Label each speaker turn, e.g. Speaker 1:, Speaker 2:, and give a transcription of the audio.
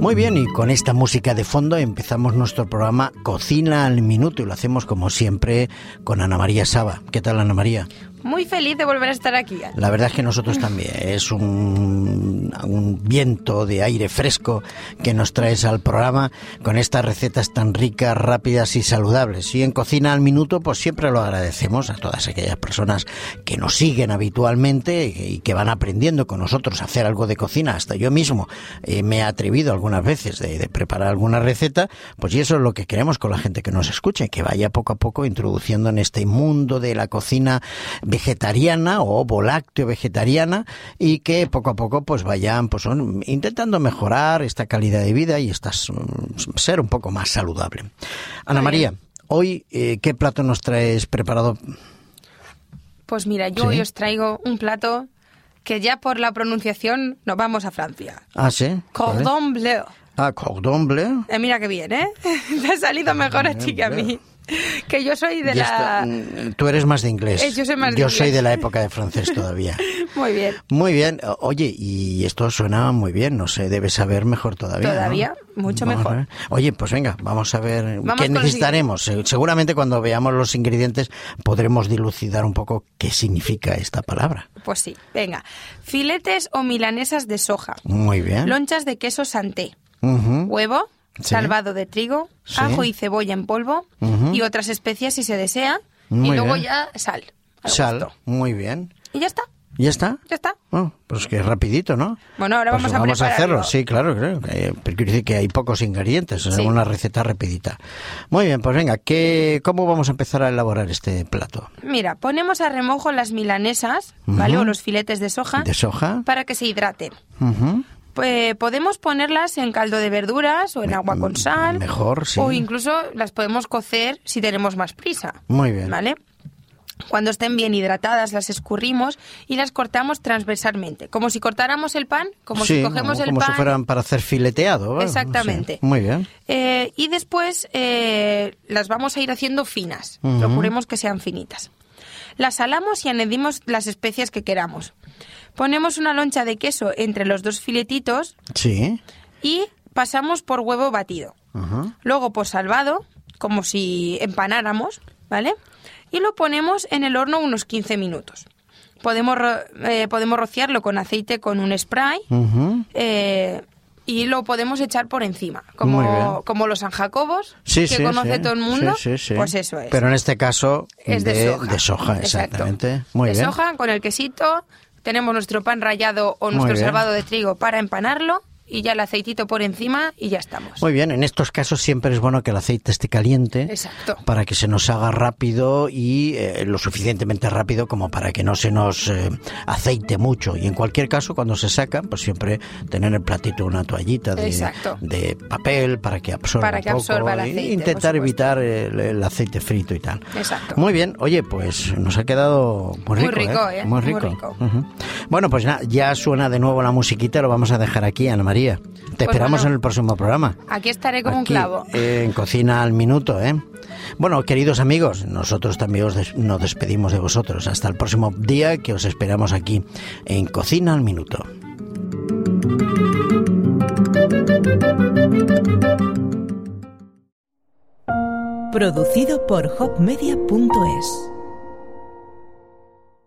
Speaker 1: Muy bien, y con esta música de fondo empezamos nuestro programa Cocina al Minuto y lo hacemos como siempre con Ana María Saba. ¿Qué tal Ana María?
Speaker 2: Muy feliz de volver a estar aquí.
Speaker 1: La verdad es que nosotros también. Es un, un viento de aire fresco que nos traes al programa con estas recetas tan ricas, rápidas y saludables. Y en Cocina al Minuto, pues siempre lo agradecemos a todas aquellas personas que nos siguen habitualmente y que van aprendiendo con nosotros a hacer algo de cocina. Hasta yo mismo eh, me he atrevido algunas veces de, de, preparar alguna receta, pues y eso es lo que queremos con la gente que nos escuche, que vaya poco a poco introduciendo en este mundo de la cocina vegetariana o volácteo vegetariana y que poco a poco pues vayan pues son, intentando mejorar esta calidad de vida y estas, ser un poco más saludable. Ana Muy María, bien. hoy eh, ¿qué plato nos traes preparado?
Speaker 2: Pues mira, yo ¿Sí? hoy os traigo un plato que ya por la pronunciación nos vamos a Francia.
Speaker 1: Ah, sí.
Speaker 2: Cordon bleu.
Speaker 1: Ah, cordon bleu.
Speaker 2: Eh, mira qué bien, ¿eh? Te ha salido mejor a ti que a mí que yo soy
Speaker 1: ya
Speaker 2: de la...
Speaker 1: Está. mm, Tú eres más de inglés.
Speaker 2: Eh, yo soy, más de
Speaker 1: yo
Speaker 2: inglés.
Speaker 1: soy de la época de francés todavía.
Speaker 2: muy bien.
Speaker 1: Muy bien. Oye, y esto suena muy bien, no sé, debes saber mejor todavía.
Speaker 2: Todavía,
Speaker 1: ¿no?
Speaker 2: mucho vamos mejor.
Speaker 1: Oye, pues venga, vamos a ver vamos qué necesitaremos. Seguramente cuando veamos los ingredientes podremos dilucidar un poco qué significa esta palabra.
Speaker 2: Pues sí, venga. Filetes o milanesas de soja.
Speaker 1: Muy bien.
Speaker 2: Lonchas de queso santé. Uh -huh. Huevo, Sí. salvado de trigo, sí. ajo y cebolla en polvo uh -huh. y otras especias si se desea. Muy y luego bien. ya sal.
Speaker 1: Sal, gusto. muy bien.
Speaker 2: Y ya está.
Speaker 1: ¿Ya está?
Speaker 2: Ya está.
Speaker 1: Oh, pues que rapidito, ¿no?
Speaker 2: Bueno, ahora
Speaker 1: pues
Speaker 2: vamos, a,
Speaker 1: vamos a hacerlo.
Speaker 2: Algo.
Speaker 1: Sí, claro, creo. Quiero decir que hay pocos ingredientes, es sí. una receta rapidita. Muy bien, pues venga, ¿qué, ¿cómo vamos a empezar a elaborar este plato?
Speaker 2: Mira, ponemos a remojo las milanesas, uh -huh. ¿vale? O los filetes de soja.
Speaker 1: De soja.
Speaker 2: Para que se hidraten. Uh -huh. Eh, podemos ponerlas en caldo de verduras o en agua con sal.
Speaker 1: Mejor, sí.
Speaker 2: O incluso las podemos cocer si tenemos más prisa.
Speaker 1: Muy bien.
Speaker 2: ¿Vale? Cuando estén bien hidratadas, las escurrimos y las cortamos transversalmente, como si cortáramos el pan, como
Speaker 1: sí,
Speaker 2: si cogemos
Speaker 1: como
Speaker 2: el pan.
Speaker 1: Como si fueran para hacer fileteado. ¿vale?
Speaker 2: Exactamente.
Speaker 1: Sí, muy bien.
Speaker 2: Eh, y después eh, las vamos a ir haciendo finas. Uh -huh. Procuremos que sean finitas. Las salamos y añadimos las especias que queramos. Ponemos una loncha de queso entre los dos filetitos.
Speaker 1: Sí.
Speaker 2: Y pasamos por huevo batido. Uh -huh. Luego por salvado, como si empanáramos, ¿vale? Y lo ponemos en el horno unos 15 minutos. Podemos, eh, podemos rociarlo con aceite con un spray. Uh -huh. eh, y lo podemos echar por encima, como, como los San Jacobos,
Speaker 1: sí,
Speaker 2: que
Speaker 1: sí,
Speaker 2: conoce
Speaker 1: sí,
Speaker 2: todo el mundo, pues eso es.
Speaker 1: Pero en este caso
Speaker 2: es de,
Speaker 1: de
Speaker 2: soja.
Speaker 1: De soja, exactamente. Exacto. Muy
Speaker 2: de
Speaker 1: bien.
Speaker 2: soja con el quesito, tenemos nuestro pan rallado o nuestro salvado de trigo para empanarlo y ya el aceitito por encima y ya estamos.
Speaker 1: Muy bien, en estos casos siempre es bueno que el aceite esté caliente
Speaker 2: Exacto.
Speaker 1: para que se nos haga rápido y eh, lo suficientemente rápido como para que no se nos eh, aceite mucho. Y en cualquier caso, cuando se sacan, pues siempre tener en el platito una toallita de, de papel para que absorba
Speaker 2: para que
Speaker 1: un poco
Speaker 2: absorba el aceite,
Speaker 1: e intentar evitar el, el, aceite frito y tal.
Speaker 2: Exacto.
Speaker 1: Muy bien, oye, pues nos ha quedado muy rico.
Speaker 2: Muy rico,
Speaker 1: ¿eh?
Speaker 2: Muy
Speaker 1: rico.
Speaker 2: Muy rico.
Speaker 1: Uh -huh. Bueno, pues nada, ya suena de nuevo la musiquita, lo vamos a dejar aquí, Ana María. Te
Speaker 2: pues
Speaker 1: esperamos
Speaker 2: bueno,
Speaker 1: en el próximo programa.
Speaker 2: Aquí estaré como
Speaker 1: Aquí,
Speaker 2: un clavo.
Speaker 1: Eh, en Cocina al Minuto, ¿eh? Bueno, queridos amigos, nosotros también os des nos despedimos de vosotros. Hasta el próximo día que os esperamos aquí en Cocina al Minuto.
Speaker 3: Producido por hopmedia.es